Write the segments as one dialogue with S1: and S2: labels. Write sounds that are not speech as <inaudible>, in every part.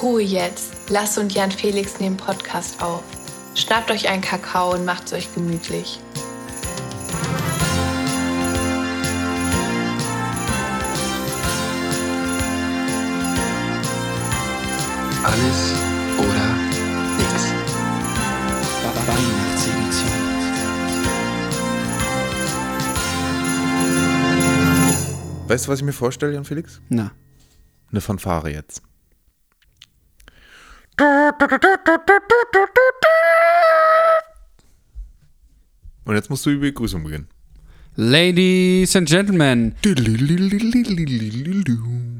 S1: Ruhe jetzt. Lasst und Jan Felix nehmen Podcast auf. Schnappt euch einen Kakao und macht's euch gemütlich.
S2: Alles oder nichts.
S3: Weihnachtsedition.
S4: Weißt du, was ich mir vorstelle, Jan Felix?
S3: Na,
S4: Eine Fanfare jetzt. Und jetzt musst du die Begrüßung beginnen.
S3: Ladies and Gentlemen,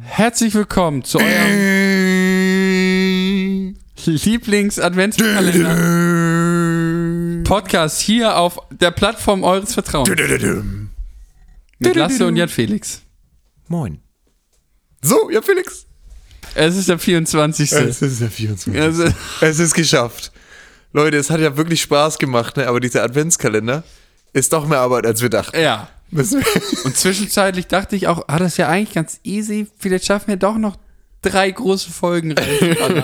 S3: herzlich willkommen zu eurem Lieblings-Adventskalender-Podcast hier auf der Plattform eures Vertrauens mit Lasse und Jan Felix.
S4: Moin. So, Jan Felix.
S3: Es ist der 24.
S4: Es ist der 24.
S3: Es ist-
S4: Es ist geschafft. Leute, es hat ja wirklich Spaß gemacht, ne? aber dieser Adventskalender ist doch mehr Arbeit, als wir dachten.
S3: ja.
S4: Müssen wir-
S3: Und zwischenzeitlich dachte ich auch, ah, das ist ja eigentlich ganz easy. Vielleicht schaffen wir doch noch drei große Folgen rein.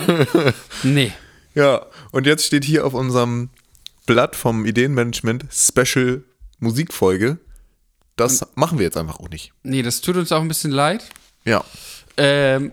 S3: nee.
S4: Ja, und jetzt steht hier auf unserem Blatt vom Ideenmanagement Special Musikfolge. Das machen wir jetzt einfach auch nicht.
S3: Nee, das tut uns auch ein bisschen leid.
S4: Ja.
S3: Ähm,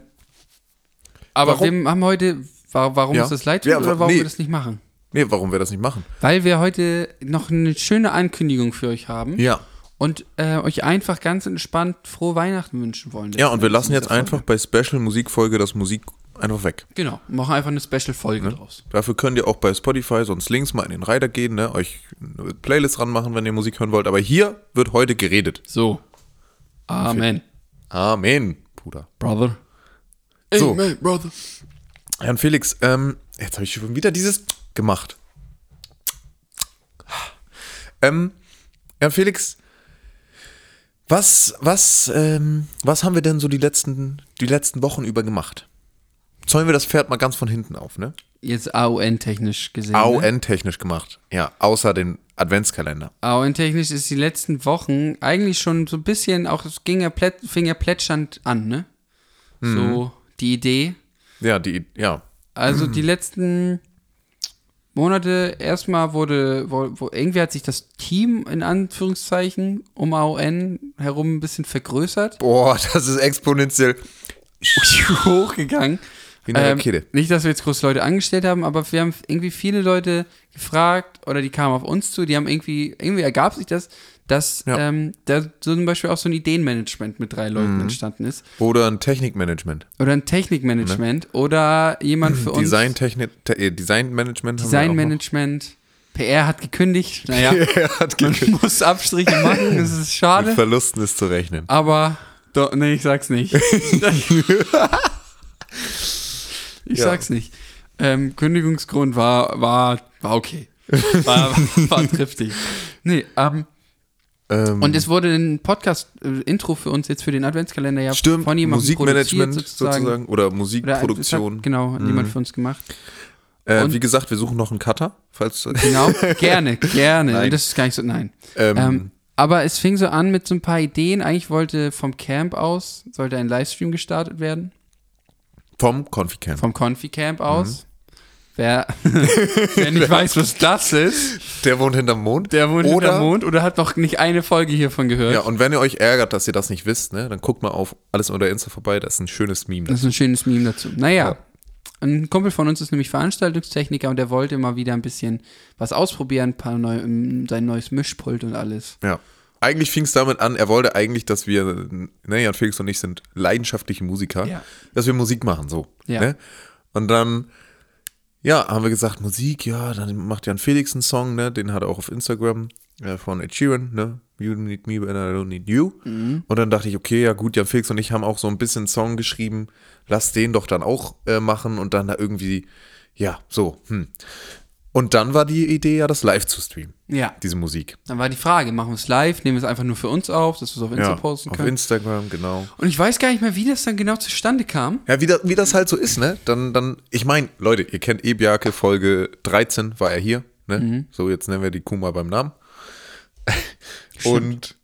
S3: aber
S4: Warum?
S3: wir haben heute, wa- warum
S4: Ja.
S3: uns das leid tut
S4: Ja, wa-
S3: oder warum
S4: nee.
S3: wir das nicht machen?
S4: Nee, warum wir das nicht machen?
S3: Weil wir heute noch eine schöne Ankündigung für euch haben
S4: Ja.
S3: und äh, euch einfach ganz entspannt frohe Weihnachten wünschen wollen.
S4: Ja, und wir lassen jetzt
S3: Folge.
S4: einfach bei Special Musikfolge das Musik einfach weg.
S3: Genau, machen einfach eine Special-Folge draus.
S4: Dafür könnt ihr auch bei Spotify sonst links mal in den Reiter gehen, ne? euch eine Playlist ranmachen, wenn ihr Musik hören wollt. Aber hier wird heute geredet.
S3: So. Amen,
S4: Amen, Bruder.
S3: Brother.
S4: So.
S3: Amen, Brother.
S4: Herrn Felix, ähm, jetzt habe ich schon wieder dieses gemacht. Ähm, Herr Felix, was, was, ähm, was haben wir denn so die letzten, die letzten Wochen über gemacht? Zäumen wir das Pferd mal ganz von hinten auf, ne?
S3: Jetzt AON-technisch gesehen. Ne?
S4: AON-technisch gemacht. Ja, außer den Adventskalender.
S3: AON-technisch ist die letzten Wochen eigentlich schon so ein bisschen, auch es ging ja plät, fing ja plätschernd an, ne? So die Idee.
S4: Ja, die, ja.
S3: Also die letzten Monate erstmal wurde, wo, wo, irgendwie hat sich das Team in Anführungszeichen um AON herum ein bisschen vergrößert,
S4: Boah, <laughs> das ist exponentiell.
S3: <laughs> hochgegangen. Ähm,
S4: Wie eine Rakete.
S3: Nicht, dass wir jetzt groß Leute angestellt haben, aber wir haben irgendwie viele Leute gefragt oder die kamen auf uns zu, die haben irgendwie, irgendwie ergab sich das, dass
S4: Ja. Mhm.
S3: ähm, da so zum Beispiel auch so ein Ideenmanagement mit drei Leuten entstanden ist.
S4: Oder ein Technikmanagement.
S3: Oder ein Technikmanagement oder jemand für uns.
S4: Ne. Design-Technik, te- äh, Design-Management. haben wir auch noch. <laughs>
S3: Designmanagement. PR hat gekündigt. Naja,
S4: Er hat
S3: man
S4: gekriegt.
S3: muss Abstriche machen, das ist
S4: Mit
S3: schade.
S4: Verlusten ist zu rechnen.
S3: Aber, doch, nee, <laughs> ich sag's nicht. ich
S4: Ja.
S3: sag's nicht. Ähm, Kündigungsgrund war, war, war okay. War, <laughs> war, war triftig. Nee, ähm,
S4: Ähm,
S3: und es wurde ein Podcast-Intro für uns jetzt für den Adventskalender ja
S4: Stimmt,
S3: von jemandem
S4: Musikmanagement
S3: produziert
S4: sozusagen. oder
S3: Oder, äh, das
S4: Musikproduktion.
S3: Hat, genau, hat jemand für uns gemacht.
S4: äh,
S3: und-
S4: wie gesagt, wir suchen noch einen Cutter, falls
S3: <laughs> Genau,
S4: <laughs>
S3: gerne, gerne.
S4: Nein.
S3: Das ist gar nicht so, nein.
S4: Ähm.
S3: Ähm, aber es fing so an mit so ein paar Ideen. Eigentlich wollte vom Camp aus, sollte ein Livestream gestartet werden.
S4: vom Conficamp.
S3: Vom Confi-Camp
S4: Mhm.
S3: aus.
S4: <laughs>
S3: Wer, wer nicht weiß, was das ist,
S4: der wohnt hinterm Mond.
S3: der wohnt
S4: oder,
S3: hinterm Mond oder hat noch nicht eine Folge hiervon gehört.
S4: Ja, und wenn ihr euch ärgert, dass ihr das nicht wisst, ne, dann guckt mal auf alles unter Insta vorbei, das ist ein schönes Meme.
S3: Das
S4: Das
S3: ist ein schönes Meme dazu. Naja, ein Kumpel von uns ist nämlich Veranstaltungstechniker und der wollte mal wieder ein bisschen was ausprobieren, ein paar neu, ähm, sein neues Mischpult und alles.
S4: ja. Eigentlich fing es damit an, er wollte eigentlich, dass wir, ne, Jan Felix und ich sind leidenschaftliche Musiker,
S3: Ja.
S4: dass wir Musik machen, so.
S3: Ja.
S4: Ne? Und dann, ja, haben wir gesagt, Musik, ja, dann macht Jan Felix einen Song, ne, den hat er auch auf Instagram äh, von Ed Sheeran, ne, You Need Me, but I Don't Need You.
S3: Mhm.
S4: Und dann dachte ich, okay, ja gut, Jan Felix und ich haben auch so ein bisschen einen Song geschrieben, lass den doch dann auch äh, machen und dann da irgendwie, ja, so, hm. Und dann war die Idee ja, das live zu streamen,
S3: Ja.
S4: diese Musik.
S3: Dann war die Frage, machen wir es live, nehmen wir es einfach nur für uns auf, dass wir es auf Insta
S4: Ja,
S3: posten
S4: auf
S3: können.
S4: Instagram, genau.
S3: und ich weiß gar nicht mehr, wie das dann genau zustande kam.
S4: Ja, wie, da, wie das halt so ist, ne? Dann, dann, ich meine, Leute, ihr kennt Ebiake, Folge 13 war er hier, ne? So, jetzt nennen wir die Kuh mal beim Namen. Und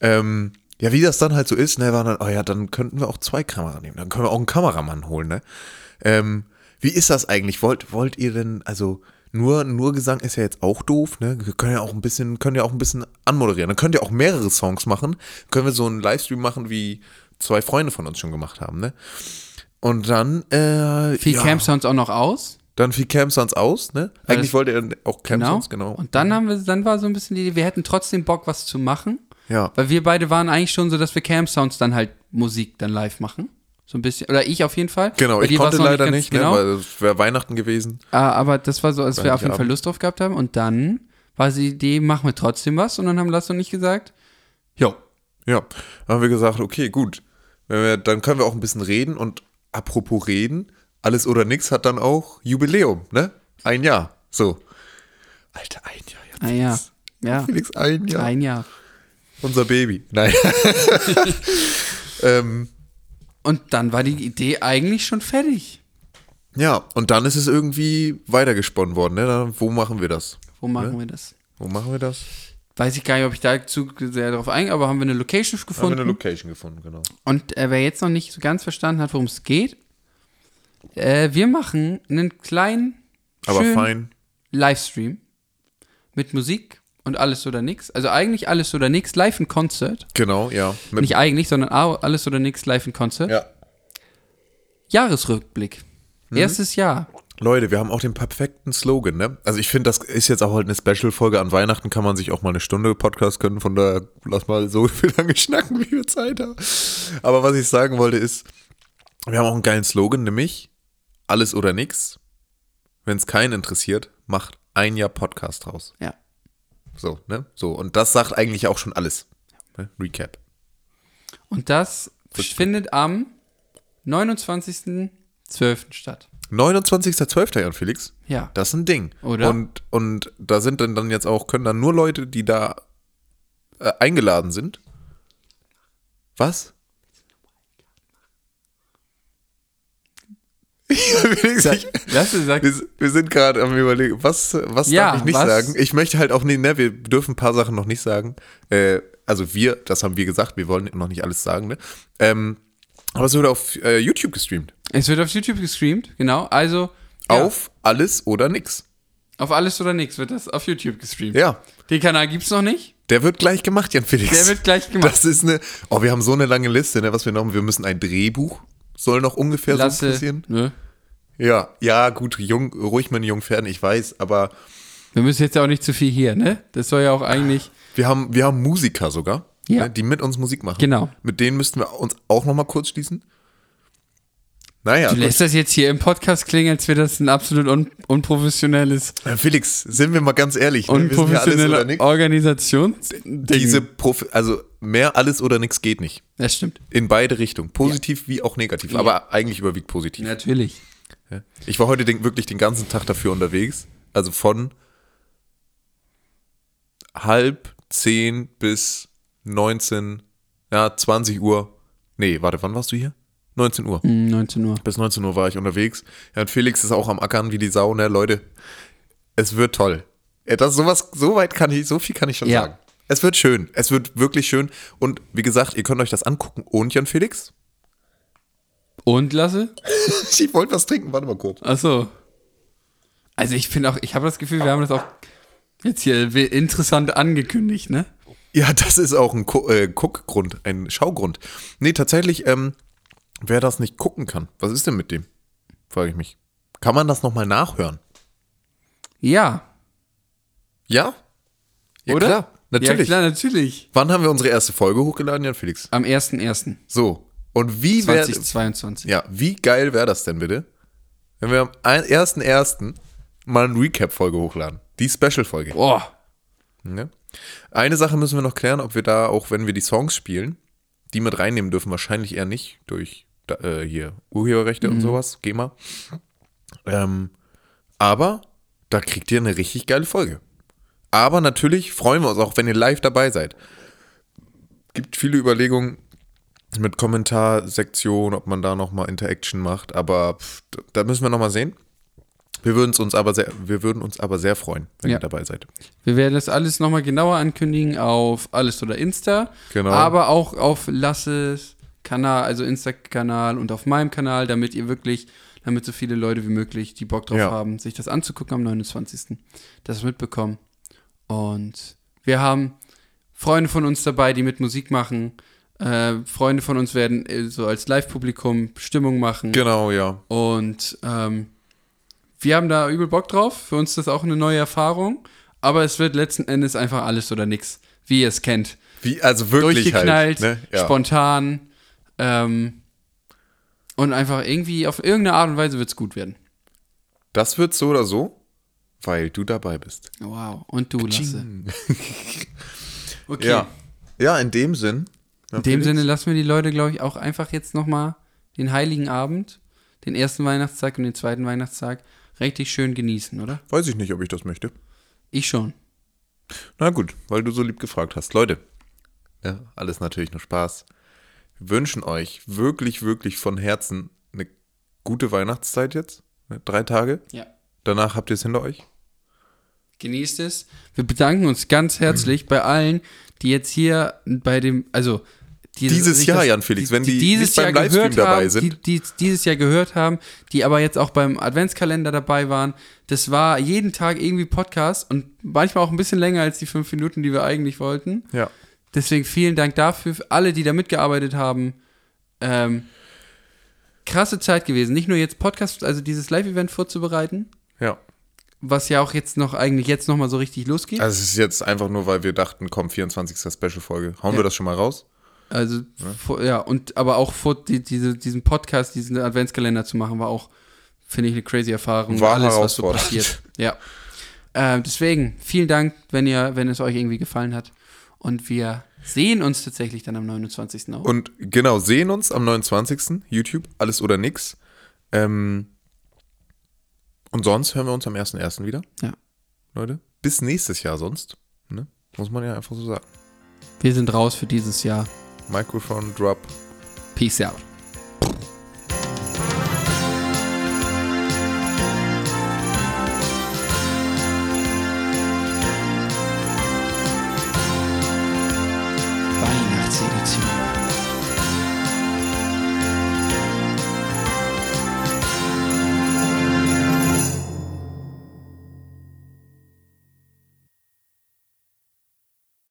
S4: ähm, ja, wie das dann halt so ist, ne, war dann, oh ja, dann könnten wir auch zwei Kameramann nehmen, dann können wir auch einen Kameramann holen, ne? Ähm, Wie ist das eigentlich? Wollt, wollt ihr denn, also nur, nur Gesang ist ja jetzt auch doof, ne? Wir können ja auch ein bisschen, können ja auch ein bisschen anmoderieren. Dann könnt ihr auch mehrere Songs machen. Können wir so einen Livestream machen, wie zwei Freunde von uns schon gemacht haben, ne? Und dann, äh,
S3: Fiel
S4: ja,
S3: Camp Sounds auch noch aus.
S4: dann fiel Camp Sounds aus, ne? Eigentlich
S3: das-
S4: wollte er auch Camp
S3: Genau.
S4: Sounds, genau.
S3: Und dann haben wir, dann war so ein bisschen die Idee, wir hätten trotzdem Bock, was zu machen.
S4: Ja.
S3: Weil wir beide waren eigentlich schon so, dass wir Camp Sounds dann halt Musik dann live machen. So ein bisschen. Oder ich auf jeden Fall.
S4: Genau,
S3: Bei
S4: ich
S3: dir war's
S4: konnte
S3: noch
S4: leider
S3: ganz- genau.
S4: nicht, ne, weil es wäre Weihnachten gewesen.
S3: Ah, aber das war so, als wir auf jeden
S4: Heiligabend.
S3: Fall Lust drauf gehabt haben. Und dann war die Idee, machen wir trotzdem was. Und dann haben Lasse und ich gesagt, jo,
S4: Ja, dann haben wir gesagt, okay, gut, wenn wir, dann können wir auch ein bisschen reden und apropos reden, alles oder nix hat dann auch Jubiläum, ne? Ein Jahr, so. Alter, ein Jahr. Ja,
S3: ah ja,
S4: <laughs>
S3: ja,
S4: Felix, ein Jahr.
S3: ein Jahr.
S4: Unser Baby. Nein. <laughs> ähm,
S3: Und dann war die Idee eigentlich schon fertig.
S4: ja, und dann ist es irgendwie weitergesponnen worden, ne? Dann, wo machen wir das?
S3: Wo machen wir das?
S4: Wo machen wir das?
S3: Weiß ich gar nicht, ob ich da zu sehr drauf eingehe, aber haben wir eine Location
S4: Haben
S3: gefunden.
S4: wir eine Location gefunden, genau.
S3: Und äh, wer jetzt noch nicht so ganz verstanden hat, worum es geht, äh, wir machen einen kleinen,
S4: Aber
S3: schönen
S4: fein.
S3: Livestream mit Musik und alles oder nix. Also eigentlich alles oder nix, live ein Konzert.
S4: Genau, ja. Mit,
S3: Nicht eigentlich, sondern au- alles oder nix, live ein Konzert.
S4: ja.
S3: Jahresrückblick.
S4: Mhm.
S3: Erstes Jahr.
S4: Leute, wir haben auch den perfekten Slogan, ne? Also ich finde, das ist jetzt auch halt eine Special-Folge an Weihnachten, kann man sich auch mal eine Stunde Podcast können, von daher lass mal so <laughs> viel lange schnacken, wie wir Zeit haben. Aber was ich sagen wollte ist, wir haben auch einen geilen Slogan, nämlich alles oder nix. Wenn es keinen interessiert, macht ein Jahr Podcast raus.
S3: Ja.
S4: So, ne? So, und das sagt eigentlich auch schon alles. Ne? Recap.
S3: Und das findet am 29.12. statt.
S4: 29.12. Jan Felix.
S3: Ja.
S4: Das ist ein Ding.
S3: Oder?
S4: Und, und da sind dann, dann jetzt auch, können dann nur Leute, die da äh, eingeladen sind. Was? Ja, wenigstens-
S3: Sag, Lasse sagt,
S4: wir, wir sind gerade am überlegen, was, was
S3: Ja,
S4: darf ich nicht
S3: was?
S4: sagen? Ich möchte halt auch nicht, ne, wir dürfen ein paar Sachen noch nicht sagen. Äh, also wir, das haben wir gesagt, wir wollen noch nicht alles sagen, ne? Ähm, aber es wird auf äh, YouTube gestreamt.
S3: es wird auf YouTube gestreamt, genau. Also ja,
S4: Auf alles oder nix.
S3: auf alles oder nix wird das auf YouTube gestreamt.
S4: Ja.
S3: Den Kanal gibt's noch nicht.
S4: Der wird gleich gemacht, Jan Felix.
S3: Der wird gleich gemacht.
S4: Das ist eine. Oh, wir haben so eine lange Liste, ne, was wir noch haben. Wir müssen ein Drehbuch. Soll noch ungefähr so
S3: Lasse,
S4: passieren.
S3: ne?
S4: Ja, ja, gut, jung, ruhig meine jungen Pferden, ich weiß, aber
S3: Wir müssen jetzt ja auch nicht zu viel hier, ne? Das soll ja auch eigentlich.
S4: wir haben, wir haben Musiker sogar,
S3: Ja.
S4: ne, die mit uns Musik machen.
S3: Genau.
S4: Mit denen müssten wir uns auch nochmal kurz schließen. Naja,
S3: Du lässt das jetzt hier im Podcast klingen, als wäre das ein absolut un unprofessionelles,
S4: gut. Äh, Felix, sind wir mal ganz ehrlich, ne, wir sind ja alles oder
S3: unprofessionelle
S4: nix.
S3: Organisations.
S4: Diese Profi, also mehr alles oder nichts geht nicht.
S3: Das stimmt.
S4: In beide Richtungen. Positiv wie auch negativ. Aber eigentlich überwiegt positiv.
S3: Natürlich.
S4: Ich war heute den, wirklich den ganzen Tag dafür unterwegs. Also von halb zehn bis 19, ja, 20 Uhr. Nee, warte, wann warst du hier? 19 Uhr.
S3: Hm, 19 Uhr.
S4: Bis 19 Uhr war ich unterwegs. Ja, und Felix ist auch am Ackern wie die Sau, ne, Leute. Es wird toll. Ja, Das, sowas, so weit kann ich, so viel kann ich schon
S3: Ja.
S4: sagen. Es wird schön. Es wird wirklich schön. Und wie gesagt, ihr könnt euch das angucken. Und Jan Felix?
S3: Und Lasse?
S4: Ich wollte was trinken, warte mal kurz.
S3: Ach so. Also ich finde auch, ich habe das Gefühl, wir haben das auch jetzt hier we- interessant angekündigt, ne?
S4: Ja, das ist auch ein Gu äh, Guckgrund, ein Schaugrund. Nee, tatsächlich, ähm, wer das nicht gucken kann, was ist denn mit dem? Frage ich mich. Kann man das nochmal nachhören?
S3: Ja,
S4: Ja? Ja,
S3: oder?
S4: klar. Natürlich.
S3: Ja, klar, natürlich.
S4: Wann haben wir unsere erste Folge hochgeladen, Jan Felix?
S3: Am 1.1.
S4: So. Und wie wäre.
S3: 2022.
S4: Ja, wie geil wäre das denn bitte, wenn wir am ein- 1.1. mal eine Recap-Folge hochladen? Die Special-Folge.
S3: Boah.
S4: Ne? Eine Sache müssen wir noch klären, ob wir da, auch wenn wir die Songs spielen, die mit reinnehmen dürfen, wahrscheinlich eher nicht, durch da- äh, hier Urheberrechte und sowas, GEMA. Ähm, aber da kriegt ihr eine richtig geile Folge. Aber natürlich freuen wir uns auch, wenn ihr live dabei seid. Gibt viele Überlegungen mit Kommentarsektion, ob man da nochmal Interaction macht, aber pff, da müssen wir nochmal sehen. Wir, würden's uns aber sehr, wir würden uns aber sehr freuen, wenn
S3: Ja.
S4: ihr dabei seid.
S3: Wir werden das alles nochmal genauer ankündigen auf Alles oder Insta.
S4: Genau.
S3: Aber auch auf Lasses Kanal, also Insta-Kanal und auf meinem Kanal, damit ihr wirklich damit so viele Leute wie möglich, die Bock drauf
S4: Ja.
S3: haben, sich das anzugucken am 29. Das mitbekommen. Und wir haben Freunde von uns dabei, die mit Musik machen. Äh, Freunde von uns werden äh, so als Live-Publikum Stimmung machen.
S4: Genau, ja.
S3: Und ähm, wir haben da übel Bock drauf. Für uns ist das auch eine neue Erfahrung. Aber es wird letzten Endes einfach alles oder nichts, wie ihr es kennt.
S4: Wie, also wirklich halt.
S3: Durchgeknallt,
S4: Ne? Ja.
S3: spontan. Ähm, und einfach irgendwie, auf irgendeine Art und Weise wird es gut werden.
S4: Das wird so oder so, weil du dabei bist.
S3: Wow. Und du, Lasse.
S4: <laughs>
S3: Okay.
S4: Ja. Ja, in dem Sinn.
S3: In dem Sinne lassen wir die Leute, glaube ich, auch einfach jetzt nochmal den heiligen Abend, den ersten Weihnachtstag und den zweiten Weihnachtstag richtig schön genießen, oder?
S4: Weiß ich nicht, ob ich das möchte.
S3: Ich schon.
S4: Na gut, weil du so lieb gefragt hast. Leute, ja, alles natürlich nur Spaß. Wir wünschen euch wirklich, wirklich von Herzen eine gute Weihnachtszeit jetzt. Ne, Drei Tage.
S3: Ja.
S4: Danach habt ihr es hinter euch.
S3: Genießt es. Wir bedanken uns ganz herzlich bei allen, die jetzt hier bei dem, also die
S4: Dieses
S3: sich
S4: Jahr, Jan Felix, wenn die nicht beim Livestream
S3: gehört
S4: dabei
S3: haben,
S4: sind.
S3: Die, die dieses Jahr gehört haben, die aber jetzt auch beim Adventskalender dabei waren. Das war jeden Tag irgendwie Podcast und manchmal auch ein bisschen länger als die fünf Minuten, die wir eigentlich wollten.
S4: Ja.
S3: Deswegen vielen Dank dafür, für alle, die da mitgearbeitet haben. Ähm, krasse Zeit gewesen. Nicht nur jetzt Podcast, also dieses Live-Event vorzubereiten,
S4: Ja.
S3: was ja auch jetzt noch eigentlich jetzt nochmal so richtig losgeht.
S4: Also es ist jetzt einfach nur, weil wir dachten, komm, 24. Special-Folge. Hauen
S3: Ja.
S4: wir das schon mal raus?
S3: Also, vor, ja, und aber auch vor die, diese, diesen Podcast, diesen Adventskalender zu machen, war auch, finde ich, eine crazy Erfahrung.
S4: War
S3: alles, was so
S4: herausfordernd.
S3: passiert. Ja. Ähm, deswegen, vielen Dank, wenn ihr, wenn es euch irgendwie gefallen hat. Und wir sehen uns tatsächlich dann am 29. auch.
S4: Und genau, sehen uns am 29. YouTube, alles oder nix. Ähm, und sonst hören wir uns am 1.1. wieder.
S3: Ja.
S4: Leute, bis nächstes Jahr sonst. Ne? Muss man ja einfach so sagen.
S3: Wir sind raus für dieses Jahr.
S4: Microphone Drop.
S3: Peace out.